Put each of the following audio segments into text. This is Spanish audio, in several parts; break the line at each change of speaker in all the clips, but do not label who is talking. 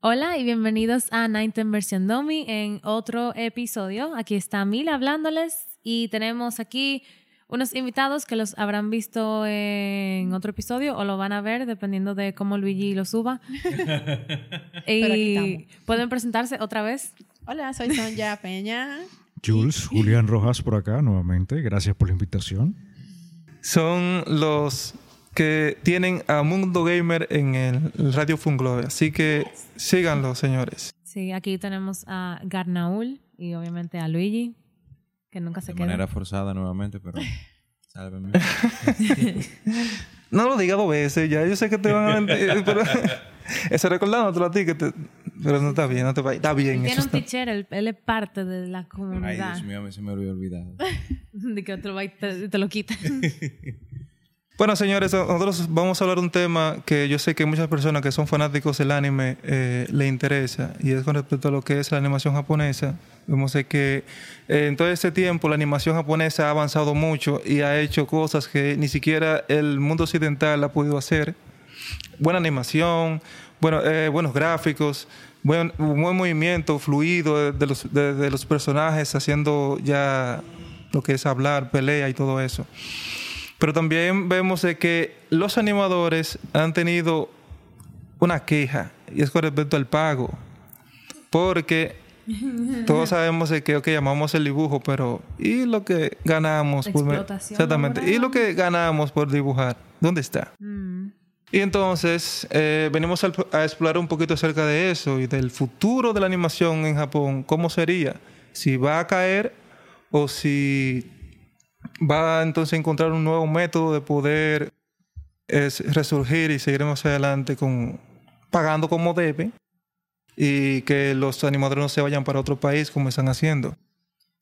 Hola y bienvenidos a Ninth Version Domi en otro episodio. Aquí está Mila hablándoles y tenemos aquí unos invitados que los habrán visto en otro episodio o lo van a ver dependiendo de cómo Luigi lo suba.
Pero aquí
y
estamos.
pueden presentarse otra vez.
Hola, soy Sonja Peña.
Jules, Julián Rojas por acá nuevamente. Gracias por la invitación.
son los que tienen a Mundo Gamer en el Radio Funglobe. Así que síganlo, señores.
Sí, aquí tenemos a Garnaul y obviamente a Luigi, que nunca se
De
queda.
manera forzada nuevamente, pero sálvenme.
No lo digas dos veces, ya yo sé que te van a mentir, pero eso recordándotelo a ti que te... Pero no está bien, no te vayas. Está bien,
Tiene
eso
un
está...
teacher, él, él es parte de la
Ay,
comunidad.
Dios mío, a mí se me había olvidado.
de que otro va y te, te lo quita.
Bueno, señores, nosotros vamos a hablar de un tema que yo sé que muchas personas que son fanáticos del anime eh, le interesa, y es con respecto a lo que es la animación japonesa. Vemos de que eh, en todo este tiempo la animación japonesa ha avanzado mucho y ha hecho cosas que ni siquiera el mundo occidental ha podido hacer. Buena animación, bueno, eh, buenos gráficos, buen, buen movimiento fluido de, de los, de- de los personajes haciendo ya lo que es hablar, pelea y todo eso. Pero también vemos de que los animadores han tenido una queja y es con respecto al pago. Porque todos sabemos de que, ok, amamos el dibujo, pero ¿y lo que ganamos? por-
Explotación
exactamente. ¿Y
laboral.
lo que ganamos por dibujar? ¿Dónde está?
Mm.
Y entonces eh, venimos al- a, explorar un poquito acerca de eso y del futuro de la animación en Japón. ¿Cómo sería? Si va a caer o si va a entonces a encontrar un nuevo método de poder es, resurgir y seguiremos adelante con pagando como debe y que los animadores no se vayan para otro país como están haciendo.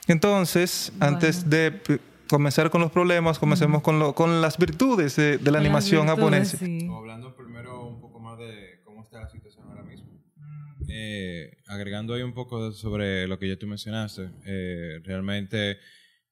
Entonces,
Bueno.
antes de p- comenzar con los problemas, comencemos con, lo- con las virtudes de, de la
Las
animación
virtudes,
japonesa.
sí.
Como hablando primero un poco más de cómo está la situación ahora mismo.
Mm.
Eh, agregando ahí un poco de- sobre lo que ya tú mencionaste, eh, realmente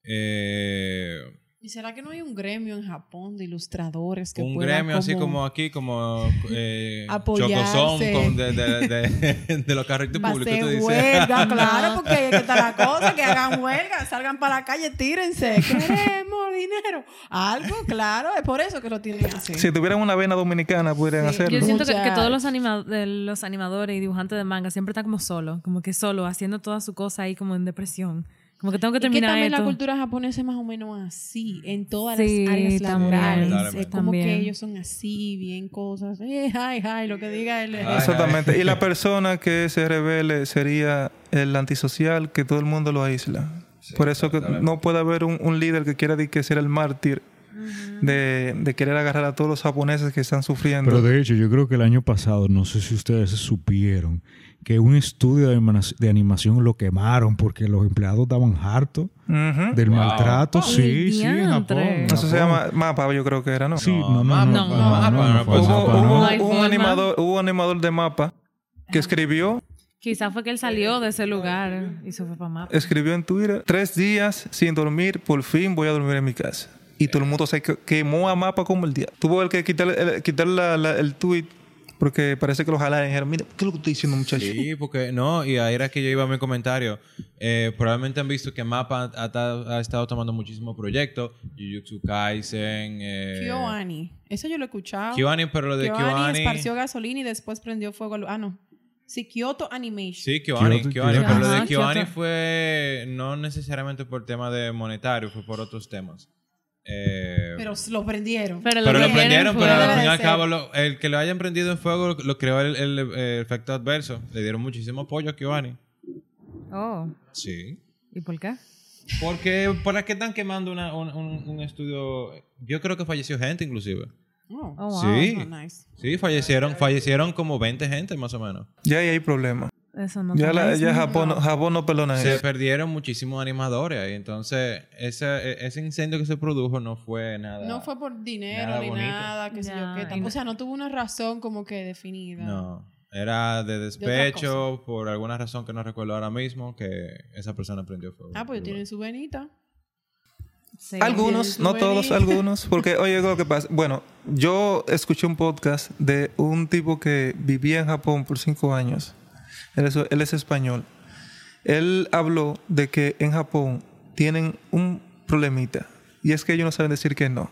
eh,
¿Y será que no hay un gremio en Japón de ilustradores que
un
pueda
gremio así como aquí, como eh,
Apoyarse.
Chocozón con- de, de, de- de los carritos
Va a
públicos. este tú
ser
dices.
huelga, claro, porque ahí es que está la cosa, que hagan huelga, salgan para la calle, tírense, queremos dinero, algo, claro, es por eso que lo tienen así.
Si tuvieran una vena dominicana, podrían
Sí.
hacerlo.
Yo siento que, que
Muchas.
todos los, anima- de los animadores y dibujantes de manga siempre están como solo, como que solo, haciendo toda su cosa ahí como en depresión. Como que tengo que
Y que
terminar
también la
esto.
cultura japonesa es más o menos así, en todas
Sí,
las áreas
también.
laborales. Es como
También.
que ellos son así, bien cosas. Eh, ay, ay, lo que diga él.
Ay,
Exactamente. Y la persona que se revele sería el antisocial que todo el mundo lo aísla.
Sí,
Por eso que
exactamente.
no puede haber un, un líder que quiera di que ser el mártir de, de querer agarrar a todos los japoneses que están sufriendo.
Pero de hecho, yo creo que el año pasado, no sé si ustedes supieron, que un estudio de animación, de animación lo quemaron porque los empleados estaban hartos
Ujú.
del
Wow.
maltrato.
Oh,
sí, sí, en Japón.
diantre.
en
Eso ¿Eh? se
Japón.
llama mapa, yo creo que era, ¿no?
Sí, no, no,
mapa,
no.
no, mapa,
no, pues,
pues,
hubo,
mapa, no.
hubo
No hay
un
forma.
animador, hubo un animador de mapa que escribió
Quizás fue que él salió de ese lugar y se fue para mapa.
escribió en Twitter, tres días sin dormir, por fin voy a dormir en mi casa. Y todo el mundo se que- quemó a mapa como el día. Tuvo el que quitar, el, quitar la- la- el tweet porque parece que lo jalaron y dijeron, mira, ¿qué es lo que estoy diciendo muchacho?
Sí, porque no, y ahí era que yo iba a mi comentario. Eh, probablemente han visto que Mapa ha, ta- ha estado tomando muchísimos proyectos. Jujutsu Kaisen, eh,
Kyoani. Eso yo lo he escuchado.
Kiwani, pero lo de
Kyoani
Kyoani.
esparció gasolina y después prendió fuego. al- Ah, no. Sí, Kyoto Animation.
Sí, Kyoani,
Kyoto,
Kyoani,
Kyoto.
pero lo de
Ajá,
Kyoani
Kyoto.
fue no necesariamente por tema de monetario, fue por otros temas. Eh,
Pero s- lo prendieron.
Pero
Pero lo
prendieron
prendieron, pero
fuego.
al fin y
Debe
al
de
cabo, lo- el que lo hayan prendido en fuego lo, lo creó el, el, eh, efecto adverso. Le dieron muchísimo apoyo a Kyoani.
Oh,
Sí.
¿y por qué?
Porque, ¿para qué están quemando una- un, un- un estudio? Yo creo que falleció gente, inclusive.
Oh,
Oh, wow.
Sí.
oh, nice.
Sí, fallecieron, fallecieron como 20 gente, más o menos.
Ya ahí hay problema.
Eso no
Ya,
está
la-
nice,
ya
¿no?
Japón, no- Japón no perdona
Se
eso.
perdieron muchísimos animadores. ahí. entonces, ese, ese incendio que se produjo no fue nada.
No fue por dinero
Nada
ni
bonito.
nada, que sé yo
Ah. Ya,
qué.
y
tampoco.
no-
O sea, no tuvo una razón como que definida.
No. Era de
otra
despecho, por alguna
pues
razón que no recuerdo ahora mismo, que esa persona prendió fuego.
Ah, pues tienen su venita.
Sí.
Algunos,
bien,
no
tú
todos,
eres.
algunos. Porque, oye, lo que pasa. Bueno, yo escuché un podcast de un tipo que vivía en Japón por cinco años. Él es, él es español. Él habló de que en Japón tienen un problemita. Y es que ellos no saben decir que no.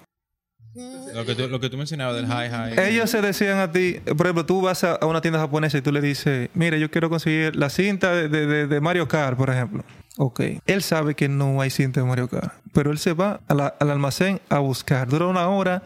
Lo que tú, lo que tú mencionabas del hi-hi.
Ellos se decían a ti, por ejemplo, tú vas a a una tienda japonesa y tú le dices, mira, yo quiero conseguir la cinta de, de- de- de Mario Kart, por ejemplo. Ok. Él sabe que no hay cinta de Mario Kart, pero él se va a la- al almacén a buscar. Dura una hora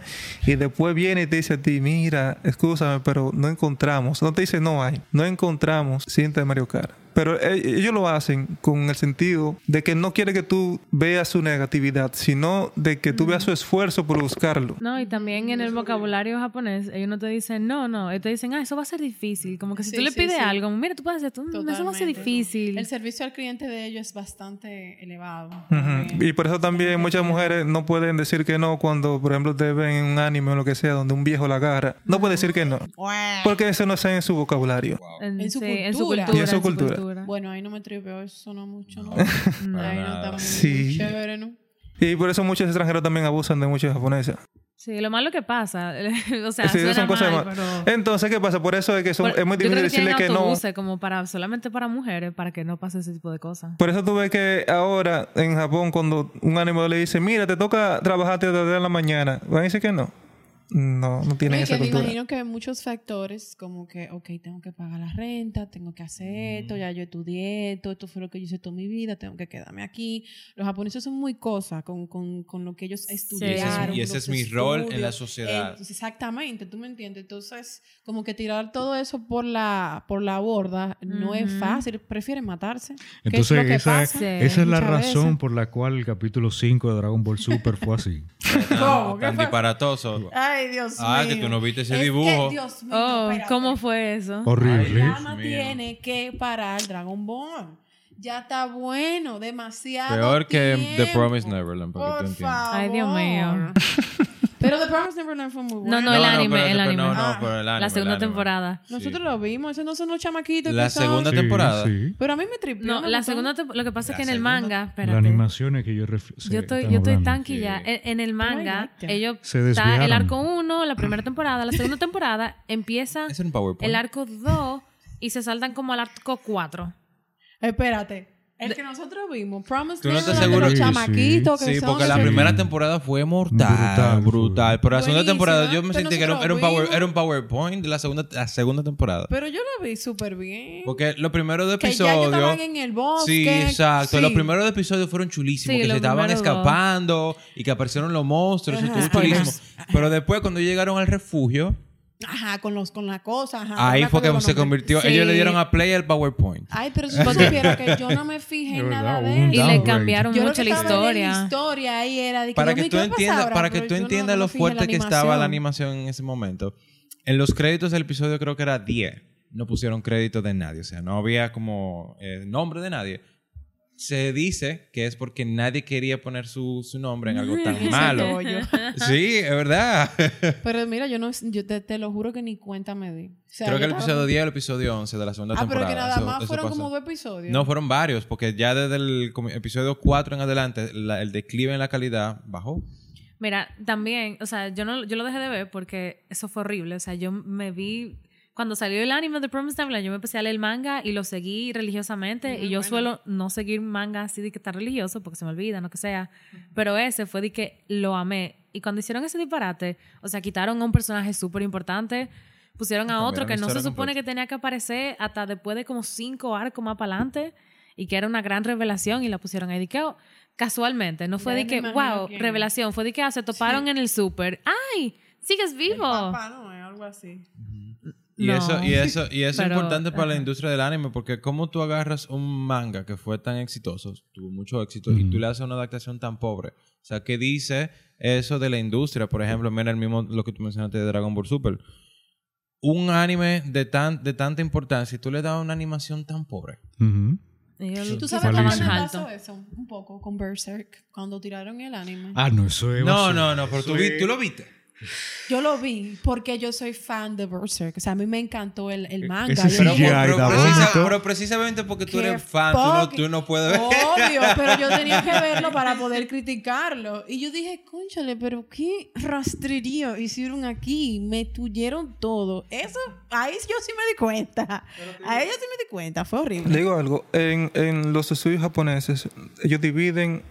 y después viene y te dice a ti, mira, escúchame, pero no encontramos. No te dice no hay, no encontramos cinta de Mario Kart. Pero e- ellos lo hacen con el sentido de que no quiere que tú veas su negatividad, sino de que tú veas su esfuerzo por buscarlo.
No, y también en el vocabulario japonés, ellos no te dicen no, no, ellos te dicen, ah, eso va a ser difícil. Como que si
Sí,
tú le
sí,
pides
sí.
algo, mira, tú puedes hacer esto, mm, eso va a ser
Totalmente.
difícil.
El servicio al cliente de ellos es bastante elevado.
Ujú. Y por eso también muchas mujeres no pueden decir que no cuando, por ejemplo, te ven un anime o lo que sea donde un viejo la agarra. No puede decir que no. Porque eso no está en su vocabulario.
en su
en su
cultura.
cultura.
Y en su cultura.
Bueno, ahí no me tripeo, eso sonó mucho, ¿no?
No.
Ahí no
nada.
está muy
Sí.
chévere, ¿no?
Y por eso muchos extranjeros también abusan de muchas japonesas.
Sí, lo malo que pasa. o sea,
Sí,
suena
son cosas
mal,
más.
pero...
Entonces, ¿qué pasa? Por eso es que son-
Por-
es muy
yo creo
difícil decirle
tienen
que no.
autobuses como para solamente para mujeres para que no pase ese tipo de cosas.
Por eso tú ves que ahora en Japón cuando un anime le dice, mira, te toca trabajarte hasta las 3 de la mañana, van a decir que no. No, no
No,
tienen
y
esa
que me
cultura.
imagino que muchos factores, como que, ok, tengo que pagar la renta, tengo que hacer esto, ya yo estudié esto, esto fue lo que yo hice toda mi vida, tengo que quedarme aquí. Los japoneses son muy cosas con, con, con lo que ellos estudiaron.
Y ese
los
es mi rol en la
estudios.
sociedad.
Entonces, exactamente, tú me entiendes. Entonces, como que tirar todo eso por la, por la borda no es
Ujú.
fácil, prefieren matarse. que es
Entonces,
lo que
esa,
pasa
esa es la
muchas
razón
veces.
por la cual el capítulo 5 de Dragon Ball Super fue así.
Tan-
¿Cómo? ¿Qué
Tan
fue?
disparatoso.
Ay, Dios
Ah,
mío.
que tú no viste ese
Es que,
dibujo.
Dios mío,
Oh,
espérate.
¿cómo fue eso?
Horrible.
Dios
Lama
mío.
tiene que parar Dragon Ball. Ya está bueno, demasiado.
Peor que The
tiempo.
Promised Neverland, para que tú
Por
entiendas.
favor.
Ay, Dios mío.
Pero The Promised Neverland fue muy bueno.
No, el anime,
espérate,
el
pero No,
anime.
no,
Ah,
pero el anime.
la
el
segunda
anime.
temporada.
Nosotros
Sí.
lo vimos, esos no son los chamaquitos. que
La
son-
segunda
Sí,
temporada.
sí.
Pero a mí me tripió.
No,
me
la
gustó.
segunda temporada, lo que pasa es
La
que en el
segunda-
manga,
Las
espérate.
animaciones que yo ref- se
Yo estoy,
están
yo estoy
hablando.
tanquilla.
que-
En, en el manga,
Ay, ya.
ellos está
Se
el
desviaron.
arco 1, la primera temporada, la segunda temporada empieza
Ese era un PowerPoint.
el arco 2 y se saltan como al arco 4.
Espérate. El que nosotros vimos, Promised
Tú no estás
Neverland, de
seguro.
los
Sí,
chamaquitos que
Sí,
son.
porque la
Sí.
primera temporada fue mortal.
Brutal,
Brutal.
fue.
Pero la segunda
Buenísima,
temporada yo me
pero
sentí que era, un- era un
nosotros
power,
vimos.
era un PowerPoint de la segunda, la segunda temporada.
Pero yo la vi súper bien.
Porque los primeros dos
que ya que
episodios.
estaban en el bosque.
Sí, exacto. Los
Sí.
primeros episodios fueron chulísimos,
Sí,
que se
los
estaban
primeros dos.
escapando y que aparecieron los monstruos, eso
Ajá.
estuvo
Spoilers.
chulísimo. Pero después cuando llegaron al refugio,
Ajá, con, los, con la cosa. Ajá, no
ahí
me
fue que
acuerdo
se
los nombres.
convirtió,
Sí.
ellos le dieron a play al PowerPoint.
Ay, pero si tú supieras que yo no me fijé
De
en nada
verdad, hubo
de
un
Y
eso.
le
downgrade.
cambiaron
Yo lo
mucho
que
la
estaba en
historia.
historia ahí era de que,
Para
Dios
que
mío,
tú
¿qué pasa
entiendas,
ahora?
para que
Pero
tú
yo no-
entiendas
no
lo
me fijé en
fuerte
la
que estaba la
animación.
animación en ese momento. En los créditos del episodio creo que era 10. No pusieron crédito de nadie, o sea, no había como eh, nombre de nadie. Se dice que es porque nadie quería poner su, su nombre en algo tan malo.
Ese
Sí, es verdad.
rollo. Pero mira, yo no yo te, te lo juro que ni cuenta me di. O sea,
Creo que
yo
el
estaba-
episodio 10 o el episodio 11 de la segunda
Ah, pero
temporada.
que nada
Eso-
más
eso
fueron
pasó.
como dos episodios.
No, fueron varios, porque ya desde el comi- episodio 4 en adelante, la- el declive en la calidad bajó.
Mira, también, o sea, yo no yo lo dejé de ver porque eso fue horrible, o sea, yo me vi cuando salió el anime de Promised Neverland, yo me empecé a leer el manga y lo seguí religiosamente y yo suelo no seguir manga así de que está religioso porque se me olvida, no que sea, pero ese fue de que lo amé y cuando hicieron ese disparate, o sea, quitaron a un personaje súper importante, pusieron a
Cambiaron
otro
la
que no se
historia
supone
pues.
completa.
que tenía que aparecer hasta después de como cinco arcos más para adelante y que era una gran revelación y la pusieron ahí de que oh, casualmente, no fue
Ya
de
me
que
imagino
wow,
quién es".
revelación relación fue de que ah, se toparon en el súper. ¡Ay! ¡Sigues vivo!
Papá, no, es algo así.
Y
No.
eso, y eso, y eso
Pero,
es importante para la
ajá.
industria del anime, porque como tú agarras un manga que fue tan exitoso, tuvo mucho éxito, y
Ujú.
tú le haces una adaptación tan pobre. O sea, ¿qué dice eso de la industria? Por ejemplo, mira el mismo lo que tú mencionaste de Dragon Ball Super. Un anime de, tan, de tanta importancia y tú le das una animación tan pobre.
Ujú.
Ellos
¿Tú
lo
sabes
sacaban
cuándo
Malísimo.
me
más
pasó
alto.
eso? Un poco con Berserk, cuando tiraron el anime.
Ah, no, eso es
No,
basura.
no, no, pero
Eso
tú, vi-
es-
tú lo viste.
Yo lo vi porque yo soy fan de Berserk. O sea, a mí me encantó el,
E
el manga.
ese
Yo lo-
CGI da
pero,
vómito.
pero precisamente porque tú eres
Qué
fan, tú no,
fuck.
tú no puedes
oh.
ver.
Obvio, pero yo tenía que verlo para poder criticarlo. Y yo dije, cónchale, pero qué rastrerío hicieron aquí. Me tuyeron todo. Eso, ahí yo sí me di cuenta. Ahí yo sí me di cuenta. Fue
Le
horrible.
digo algo, en, en los estudios japoneses, ellos dividen,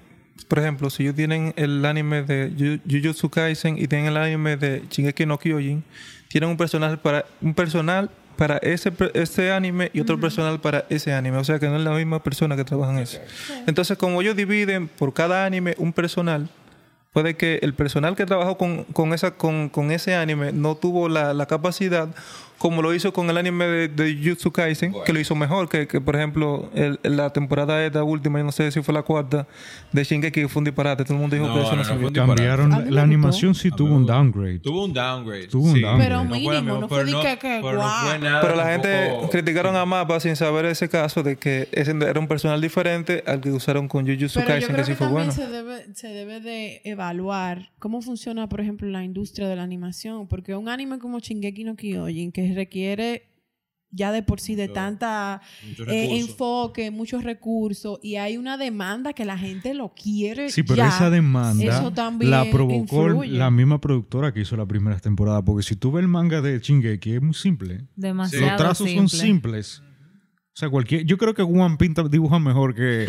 por ejemplo, si ellos tienen el anime de Yu- Jujutsu Kaisen y tienen el anime de Shingeki no Kyojin, tienen un personal para un personal para ese per- este anime y otro personal para ese anime, o sea que no es la misma persona que trabaja en eso. Entonces, como ellos dividen por cada anime un personal, puede que el personal que trabajó con, con esa, con, con ese anime no tuvo la, la capacidad como lo hizo con el anime de, de Jujutsu Kaisen, que lo hizo mejor que, que, por ejemplo, el- la temporada esta última, yo no sé si fue la cuarta, de Shingeki, que fue un disparate. Todo el mundo dijo
No,
que eso no,
no, no,
se
fue un
vio.
Cambiaron.
A mí me
La
gustó.
animación sí tuvo un downgrade.
Tuvo un downgrade.
Tuvo un
sí.
downgrade. Pero
fue la
mínimo,
misma,
no fue de que- que
pero no fue
guau.
nada
Pero la gente
tampoco-
criticaron a Mapa sin saber ese caso de que ese era un personal diferente al que usaron con Jujutsu
Pero yo
Kaisen, que
creo
sí
que
fue
también
bueno.
se, debe, se debe de evaluar cómo funciona, por ejemplo, la industria de la animación. Porque un anime como Shingeki no Kyojin, que requiere ya de por sí de
Mucho-
tanta
Muchos
eh,
recursos.
enfoque, muchos recursos, y hay una demanda que la gente lo quiere.
Sí, pero
ya.
esa demanda
Eso también
la provocó
influye.
la misma productora que hizo las primeras temporadas. Porque si tú ves el manga de Shingeki, es muy simple.
Demasiado
Los trazos
simple.
son simples. O sea, cualquier, yo creo que One Pinta dibuja mejor que,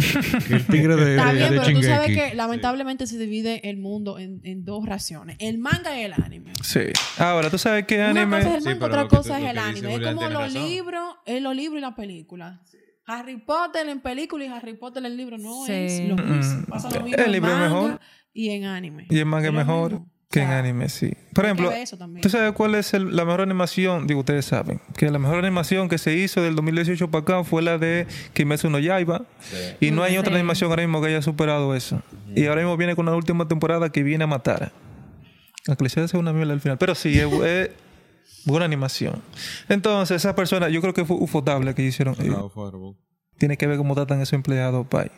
que el tigre de,
Está
de-
bien,
de
pero tú sabes
Shingeki.
que lamentablemente se divide el mundo en, en dos raciones: el manga y el anime.
Sí. Ahora, ¿tú sabes qué
Una
anime?
cosa es el
Sí,
manga,
pero
otra
lo que tú-
cosa
lo
es
que
el
dice
anime. Es
Julián
como
tiene
los
razón.
libros, es los libros y las películas. Harry Potter en película y Harry Potter en libro no
Sí.
es lo mismo. Pasa lo
Mm,
mismo
el
en
libro es
manga
mejor.
y en anime.
Y en manga
Es
es
lo
mejor
mismo.
que
O
en
sea,
anime, sí. Por
hay que
ejemplo,
ver eso también.
¿Tú sabes cuál es el- la mejor animación? Digo, ustedes saben. Que la mejor animación que se hizo del 2018 para acá fue la de Kimetsu no Yaiba. Y no hay otra
Sí.
animación ahora mismo que haya superado eso. Y ahora mismo viene con la última temporada que viene a matar. La cliché es una mierda al final. Pero sí, es, es buena animación. Entonces, esas personas, yo creo que fue ufotable que hicieron.
No, fue horrible.
Tiene que ver cómo tratan a esos empleados, pay.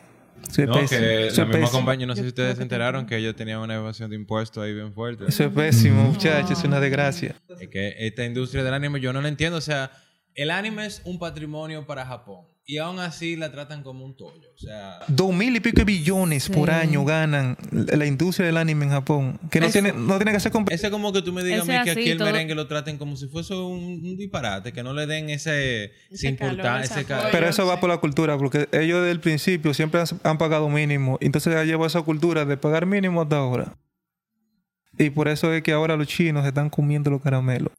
Eso es
No,
pésimo.
que
Eso
la
es
misma
pésimo.
compañía, no sé si ustedes se enteraron que ellos tenían una evasión de impuestos ahí bien fuerte.
Eso es pésimo,
Mm.
muchachos. Es una desgracia.
Es que esta industria del anime yo no la entiendo. O sea, el anime es un patrimonio para Japón. Y aún así la tratan como un tollo. O sea,
Dos mil y pico de billones por año ganan la la industria del anime en Japón. Que no tiene, no tiene que hacer competencia.
ese como que tú me digas a mí
Ese
que
así,
aquí el
todo-
merengue lo traten como si fuese un, un disparate, que no le den ese,
Ese calor,
importancia,
esa
ese calor.
joya.
Pero
yo
eso
no
va
sé.
por la cultura, porque ellos desde el principio siempre han, han pagado mínimo. Entonces ha llevado esa cultura de pagar mínimo hasta ahora. Y por eso es que ahora los chinos están comiendo los caramelos.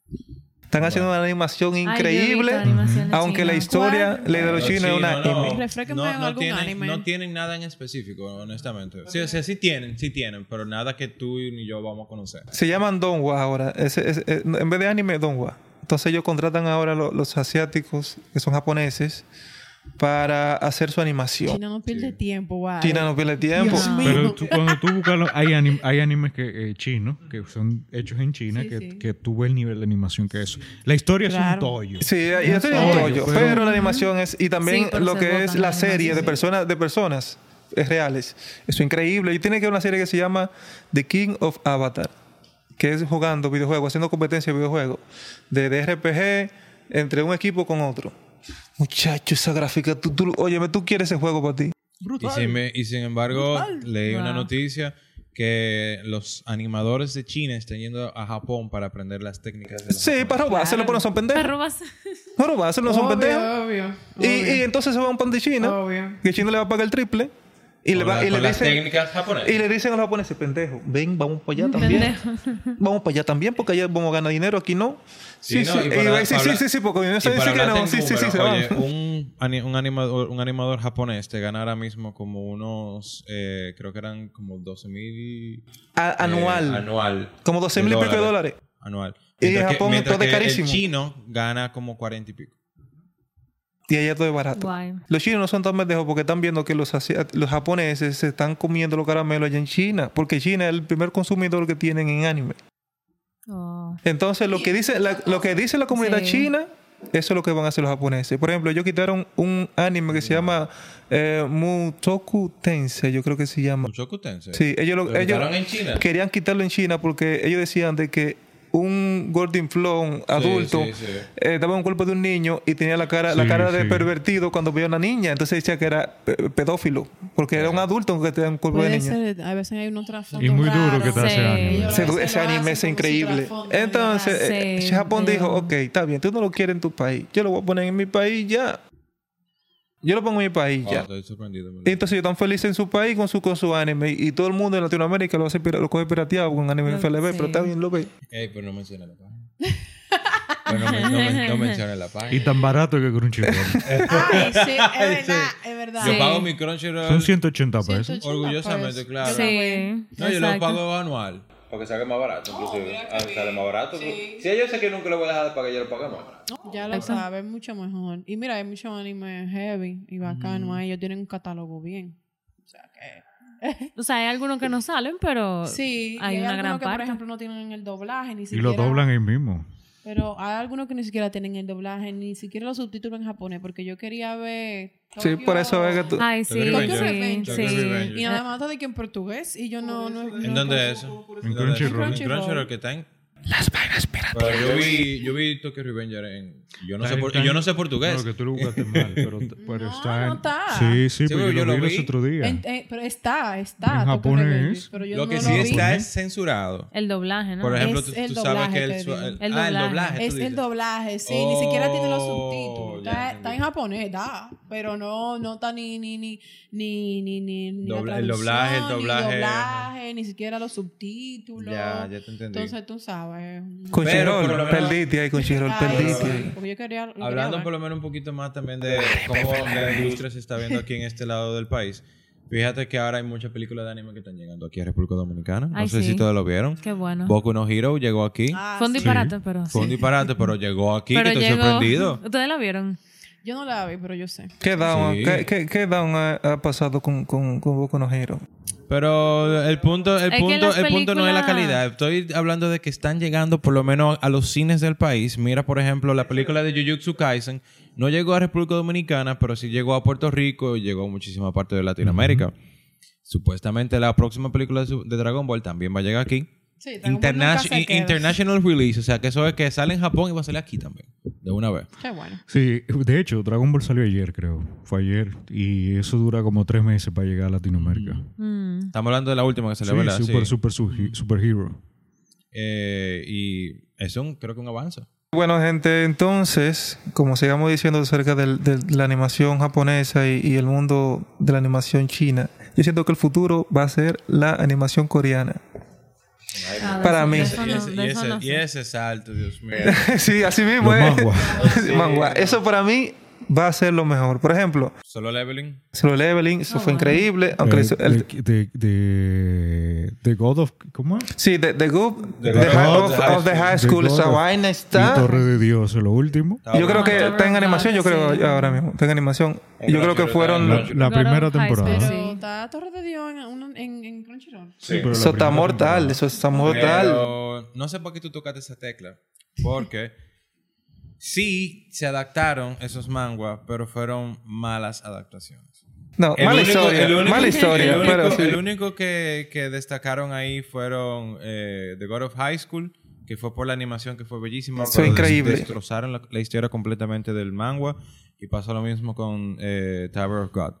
Están haciendo una animación
yo he
increíble,
visto animaciones
aunque la
chinas.
historia, la de los
Sí,
chinos es una
no,
M.
Refresquenme
no,
en
no
algún
tienen,
anime.
No tienen nada en específico, honestamente. Sí, o sea, sí tienen, sí tienen, pero nada que tú ni yo vamos a conocer.
Se llaman Donghua ahora. Ese- ese- eh, en vez de anime, Donghua. Entonces ellos contratan ahora lo- los asiáticos, que son japoneses, para hacer su animación.
China no pierde tiempo, guay.
China no pierde tiempo.
Dios mío.
Pero tú- cuando tú buscas, los- hay, anim- hay animes que, eh, chinos que son hechos en China
Sí,
que,
sí.
que tú ves el nivel de animación que es. La historia
Claro.
es un tollo.
Sí, y eso es un
Obvio,
tollo,
pero-
pero la animación es y también
Sí, pero
lo
se
que
botan
es
la
la serie de
animación.
personas de personas es reales. Eso es increíble. Y tiene que haber una serie que se llama The King of Avatar, que es jugando videojuegos, haciendo competencia de videojuegos de, de RPG entre un equipo con otro. Muchacho, esa gráfica, tú, tú, óyeme, tú quieres ese juego para ti.
Y sin, me- y sin embargo, leí una
Wow.
noticia que los animadores de China están yendo a Japón para aprender las técnicas. De los
Sí,
japoneses.
para robárselo, pero no son
Te
pendejos.
robas.
No robárselo, no son pendejos.
Obvio, obvio.
Y, y entonces se va a un pan de China,
Obvio.
que China le va a pagar el triple. Y le,
Con
va,
la-
y le
con las
dice,
técnicas japonesas.
Y le dicen a los japoneses, pendejo, ven, vamos para allá también. Vamos para allá también, porque allá vamos a ganar dinero, aquí no. Sí,
Sí,
sí,
no, y
Y
para-
va, sí,
para
sí,
hablar-
sí, sí, porque no
y
se
para
dice que
hablarte
no,
en
sí, sí, sí,
números,
se va.
oye, un, ani- un animador, un animador japonés te gana ahora mismo como unos, eh, creo que eran como 12 mil...
A- anual.
Eh, anual.
Como 12 mil y pico de dólares.
Anual.
Y en
Mientras que-
Japón
mientras
todo es
que
carísimo.
El chino gana como 40 y pico.
Y allá todo es barato.
Guay.
Los chinos no son tan pendejos porque están viendo que los, asi- los japoneses se están comiendo los caramelos allá en China, porque China es el primer consumidor que tienen en anime.
Oh.
Entonces, lo que dice la, lo que dice la comunidad
Sí.
china Eso es lo que van a hacer los japoneses. Por ejemplo, ellos quitaron un anime que se llama eh, Mutoku Tensei, yo creo que se llama.
Mucho cutense.
Sí, ellos, lo-
¿Lo
ellos
quitaron en China?
querían quitarlo en China porque ellos decían de que un Golden Flow adulto
sí, sí.
eh, daba un cuerpo de un niño y tenía la cara la
Sí,
cara de
sí.
pervertido cuando veía a una niña. Entonces decía que era pe- pedófilo porque era un adulto que tenía un cuerpo de
Puede
niño.
ser, a veces hay unos trasfondos
Y muy duro
raros.
que te hace
Sí.
anime.
Ellos
Ese,
a veces
ese
lo
anime
hacen
es
con su
increíble.
trasfondo, de
Entonces,
verdad.
eh,
Sí,
Japón
pero-
dijo, ok, está bien, tú no lo quieres en tu país. Yo lo voy a poner en mi país ya. Yo lo pongo en mi país
Oh,
ya.
estoy sorprendido. en verdad.
Y entonces yo tan feliz en su país con su, con su anime. Y todo el mundo en Latinoamérica lo, hace, pira- lo coge pirateado con anime
Lo-
FLB,
sí.
pero está bien, lo ve.
Ey, pero no menciona la página. pero no, men- no men- no menciona la
Y
página.
tan barato que Crunchyroll.
Ay, sí, es
Sí.
verdad, es verdad.
Yo
Sí.
pago mi Crunchyroll.
Son 180 pesos.
180
Orgullosamente,
pesos.
claro.
Sí.
No, yo lo
exacto.
pago anual. Porque sale más barato, inclusive. Ah, sale más barato. Si ellos sé que nunca lo voy a dejar para que yo lo pague más barato.
pues, Ya lo
Exacto.
sabes, mucho mejor. Y mira, hay muchos animes heavy y bacano.
Mm.
ahí, Ellos tienen un catálogo bien. O sea que.
O sea, hay algunos que no salen, pero
Sí,
hay
y
una
algunos
gran
que,
parte.
por ejemplo, no tienen el doblaje ni
Y
siquiera.
lo doblan ahí mismo.
Pero hay algunos que ni siquiera tienen el doblaje, ni siquiera los subtítulos en japonés, porque yo quería ver.
Sí, por eso es que tú...
Ay, sí,
Tokyo
sí,
Revengers.
sí.
Tokyo Revengers.
Y nada más de que en portugués y yo no. no,
¿En dónde es eso?
En
¿Dónde es eso?
Crunchyroll.
En Crunchyroll que está en. Las vainas piratas. Yo vi, yo vi Tokyo Revenger en. Yo no sé, por- y yo no sé portugués.
Claro que tú lo buscaste mal, pero, pero
No,
está,
no
en-
está.
Sí, sí,
Sí,
pero yo lo vi
vi.
los otro día.
En- eh, pero está, está.
En
Tokyo
japonés.
Revengers, pero yo
Lo que
no
sí
vi.
está es censurado.
El doblaje, ¿no?
Por ejemplo,
Es
tú,
el
tú sabes
doblaje
que el,
que
su-
digo.
el-
El
ah, el
doblaje.
doblaje.
Es
tú
el
dices.
doblaje, sí, ni siquiera tiene los
Oh,
subtítulos. Está,
ya
está en
entendí.
japonés, está, pero no, no está ni, ni, ni, ni, ni, ni, ni la
Dobla- el doblaje, el
traducción, ni
doblaje.
doblaje, ni siquiera los subtítulos.
Ya, ya te entendí.
Entonces tú sabes.
Con Chirol,
Pero, por lo menos-
perdiste ahí, con Chirol,
Ay,
perdiste
sí,
ahí.
porque yo quería, lo quería
Hablando
ver.
por lo menos un poquito más también de cómo la industria se está viendo aquí en este lado del país. Fíjate que ahora hay muchas películas de anime que están llegando aquí a República Dominicana. No
Ay,
sé
sí.
si todos lo vieron.
Qué bueno.
Boku no Hero llegó aquí.
Ah,
Fue un
sí.
disparate, pero sí.
Fue un disparate, pero llegó aquí. que estoy
llegó-
sorprendido.
¿Ustedes la vieron?
Yo no la vi, pero yo sé.
¿Qué down,
Sí.
qué, qué- qué down ha, ha pasado con, con, con Boku no Hero?
Pero el punto, el
Es que
punto,
las
el punto no es la
películas-
calidad. Estoy hablando de que están llegando por lo menos a los cines del país. Mira, por ejemplo, la película de Jujutsu Kaisen no llegó a República Dominicana, pero sí llegó a Puerto Rico y llegó a muchísima parte de Latinoamérica. Supuestamente la próxima película de su- de Dragon Ball también va a llegar aquí.
Sí, Dragon Ball nunca
International,
se queda.
international release, o sea que eso es que sale en Japón y va a salir aquí también, de una vez.
Qué bueno.
Sí, de hecho, Dragon Ball salió ayer, creo. Fue ayer. Y eso dura como tres meses para llegar a Latinoamérica.
Mm.
Estamos hablando de la última que salió, ¿verdad?
Sí,
Sí.
super, super, sugi- superhero.
Eh, y es un, creo que un avance.
Bueno, gente, entonces, como sigamos diciendo acerca del- del- de la animación japonesa y, y el mundo de la animación china, yo siento que el futuro va a ser la animación coreana.
Ah, de
Para
eso-
mí.
de
Y
eso no-
ese-
de
y
eso
ese-
no
y
sé.
ese salto, Dios mío.
sí, así mismo
Los
es.
manhwa.
Sí, manhwa. Eso para mí va a ser lo mejor. Por ejemplo,
Solo leveling.
Solo Leveling, eso
Ah,
fue
bueno.
increíble. Aunque
Eh,
eso- el-
de, de, de- de God of... ¿Cómo es?
sí, The, the Goop,
The
The,
God
High-
of
of,
the High
of the High
School.
School,
The
esa
God of-
vaina
Y
está.
Torre de Dios, lo último.
Yo creo que
Torre
está en
Rock,
animación, yo creo
sí.
ahora mismo, está en animación.
En
Yo creo que
Crunchyroll,
fueron
está
La,
en
la
God
primera
of High School.
temporada.
Pero
Sí,
Sí.
está Torre de Dios en, un- en, en Crunchyroll.
pero la primera
Sotamor
temporada.
tal, eso es Sotamor tal.
Pero no sé por qué tú tocaste esa tecla. Porque sí se adaptaron esos manguas, pero fueron malas adaptaciones.
No,
El
mala
único-
historia,
el único-
mala historia,
el único,
pero sí.
el único que, que destacaron ahí fueron eh, The God of High School, que fue por la animación que fue bellísima.
Fue
pero des-
increíble.
Destrozaron la, la historia completamente del manga y pasó lo mismo con eh, Tower of God.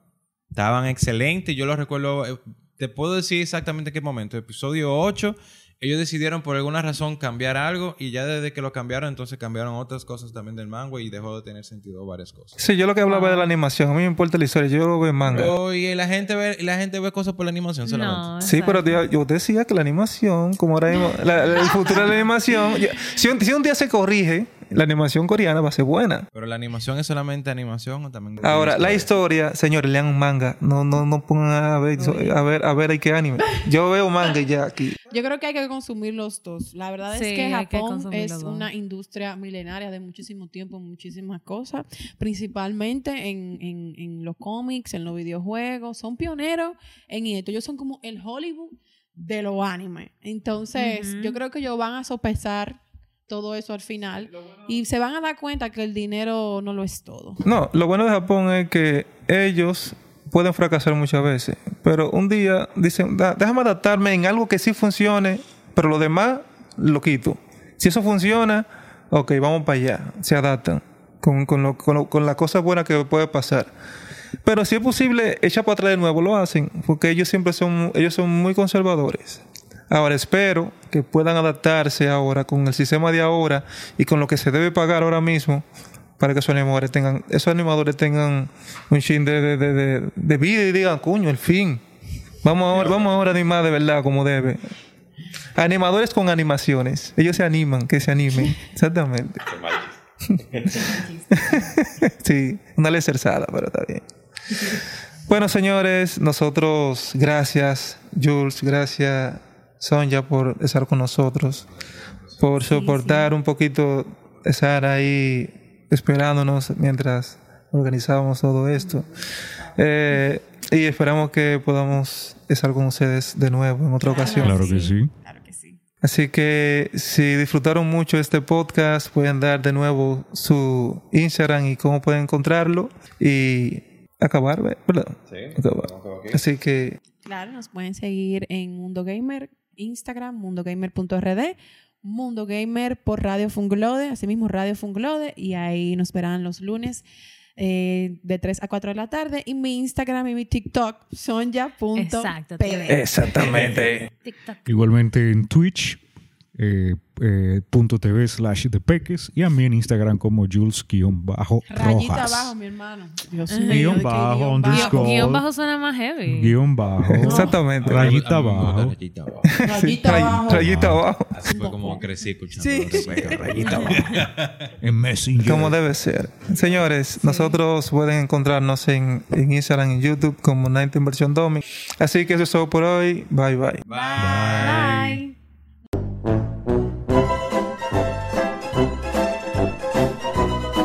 Estaban excelentes, yo los recuerdo. eh, te puedo decir exactamente qué momento. Episodio 8, ellos decidieron por alguna razón cambiar algo y ya desde que lo cambiaron, entonces cambiaron otras cosas también del manga y dejó de tener sentido varias cosas.
Sí, yo lo que hablaba de la animación, a mí me importa la historia, yo lo veo en manga.
Oh, y la gente ve, y la gente ve cosas por la animación solamente.
No,
Sí, pero
exacto.
tío, yo decía que la animación, como ahora mismo, la- la- el futuro de la animación, yo- si, un, si un día se corrige, la animación coreana va a ser buena.
Pero la animación es solamente animación o también.
Ahora, la historia, señores, lean un manga. No, no, no pongan a ver, so- a ver, a ver, hay que anime. Yo veo manga ya aquí.
Yo creo que hay que consumir los dos. La verdad
Sí,
es que
hay que
Japón
consumir
es
los dos.
una industria milenaria de muchísimo tiempo, muchísimas cosas, principalmente en, en- en los cómics, en los videojuegos. Son pioneros en esto. Ellos son como el Hollywood de los animes. Entonces,
Ujú.
yo creo que ellos van a sopesar todo eso al final. Y se van a dar cuenta que el dinero no lo es todo.
No, lo bueno de Japón es que ellos pueden fracasar muchas veces, pero un día dicen, "Da- déjame adaptarme en algo que sí funcione, pero lo demás lo quito. Si eso funciona, ok, vamos para allá, se adaptan con, con, lo- con lo- con la cosa buena que puede pasar. Pero si es posible, echar para atrás de nuevo, lo hacen, porque ellos siempre son, ellos son muy conservadores. Ahora espero que puedan adaptarse ahora con el sistema de ahora y con lo que se debe pagar ahora mismo para que esos animadores tengan, esos animadores tengan un chin de, de, de- de- de vida y digan, coño, el fin. Vamos ahora, vamos ahora a animar de verdad como debe. Animadores con animaciones. Ellos se animan, que se animen. Exactamente. sí, una lezerzada, pero está bien. Bueno, señores, nosotros, gracias, Jules, gracias, Sonja, por estar con nosotros, por soportar un poquito, estar ahí esperándonos mientras organizábamos todo esto. Eh, y esperamos que podamos estar con ustedes de nuevo en otra ocasión.
Claro que sí.
Claro que sí.
Así que si disfrutaron mucho este podcast, pueden dar de nuevo su Instagram y cómo pueden encontrarlo y acabar, ¿ve- ¿verdad? Acabar. Así que
Claro, nos pueden seguir en Mundo Gamer, Instagram, mundogamer.rd, Mundo Gamer por Radio Funglode, asimismo Radio Funglode, y ahí nos verán los lunes eh, de 3 a 4 de la tarde. Y mi Instagram y mi TikTok son ya punto
Exacto.
PD.
exactamente.
TikTok.
Igualmente en Twitch, eh, eh, punto .tv slash de peques y a mí en Instagram como
Rayita
Jules-Rojas.
abajo, mi hermano. Dios
Guión
mío, ¿de qué guión
bajo,
bajo?
Guión,
underscore.
guión bajo suena más heavy.
Guión
Oh.
bajo.
Exactamente.
Rayita
A mí me gusta
abajo.
Rayita abajo.
Rayita
Ray-
abajo.
rayita abajo.
Así fue como crecí escuchando.
Sí.
Rebeca, Rayita abajo.
En Messenger.
Como debe ser. Señores, nosotros pueden encontrarnos en, en Instagram y YouTube como 19 Versión Domi. Así que eso es todo por hoy. Bye bye.
Bye.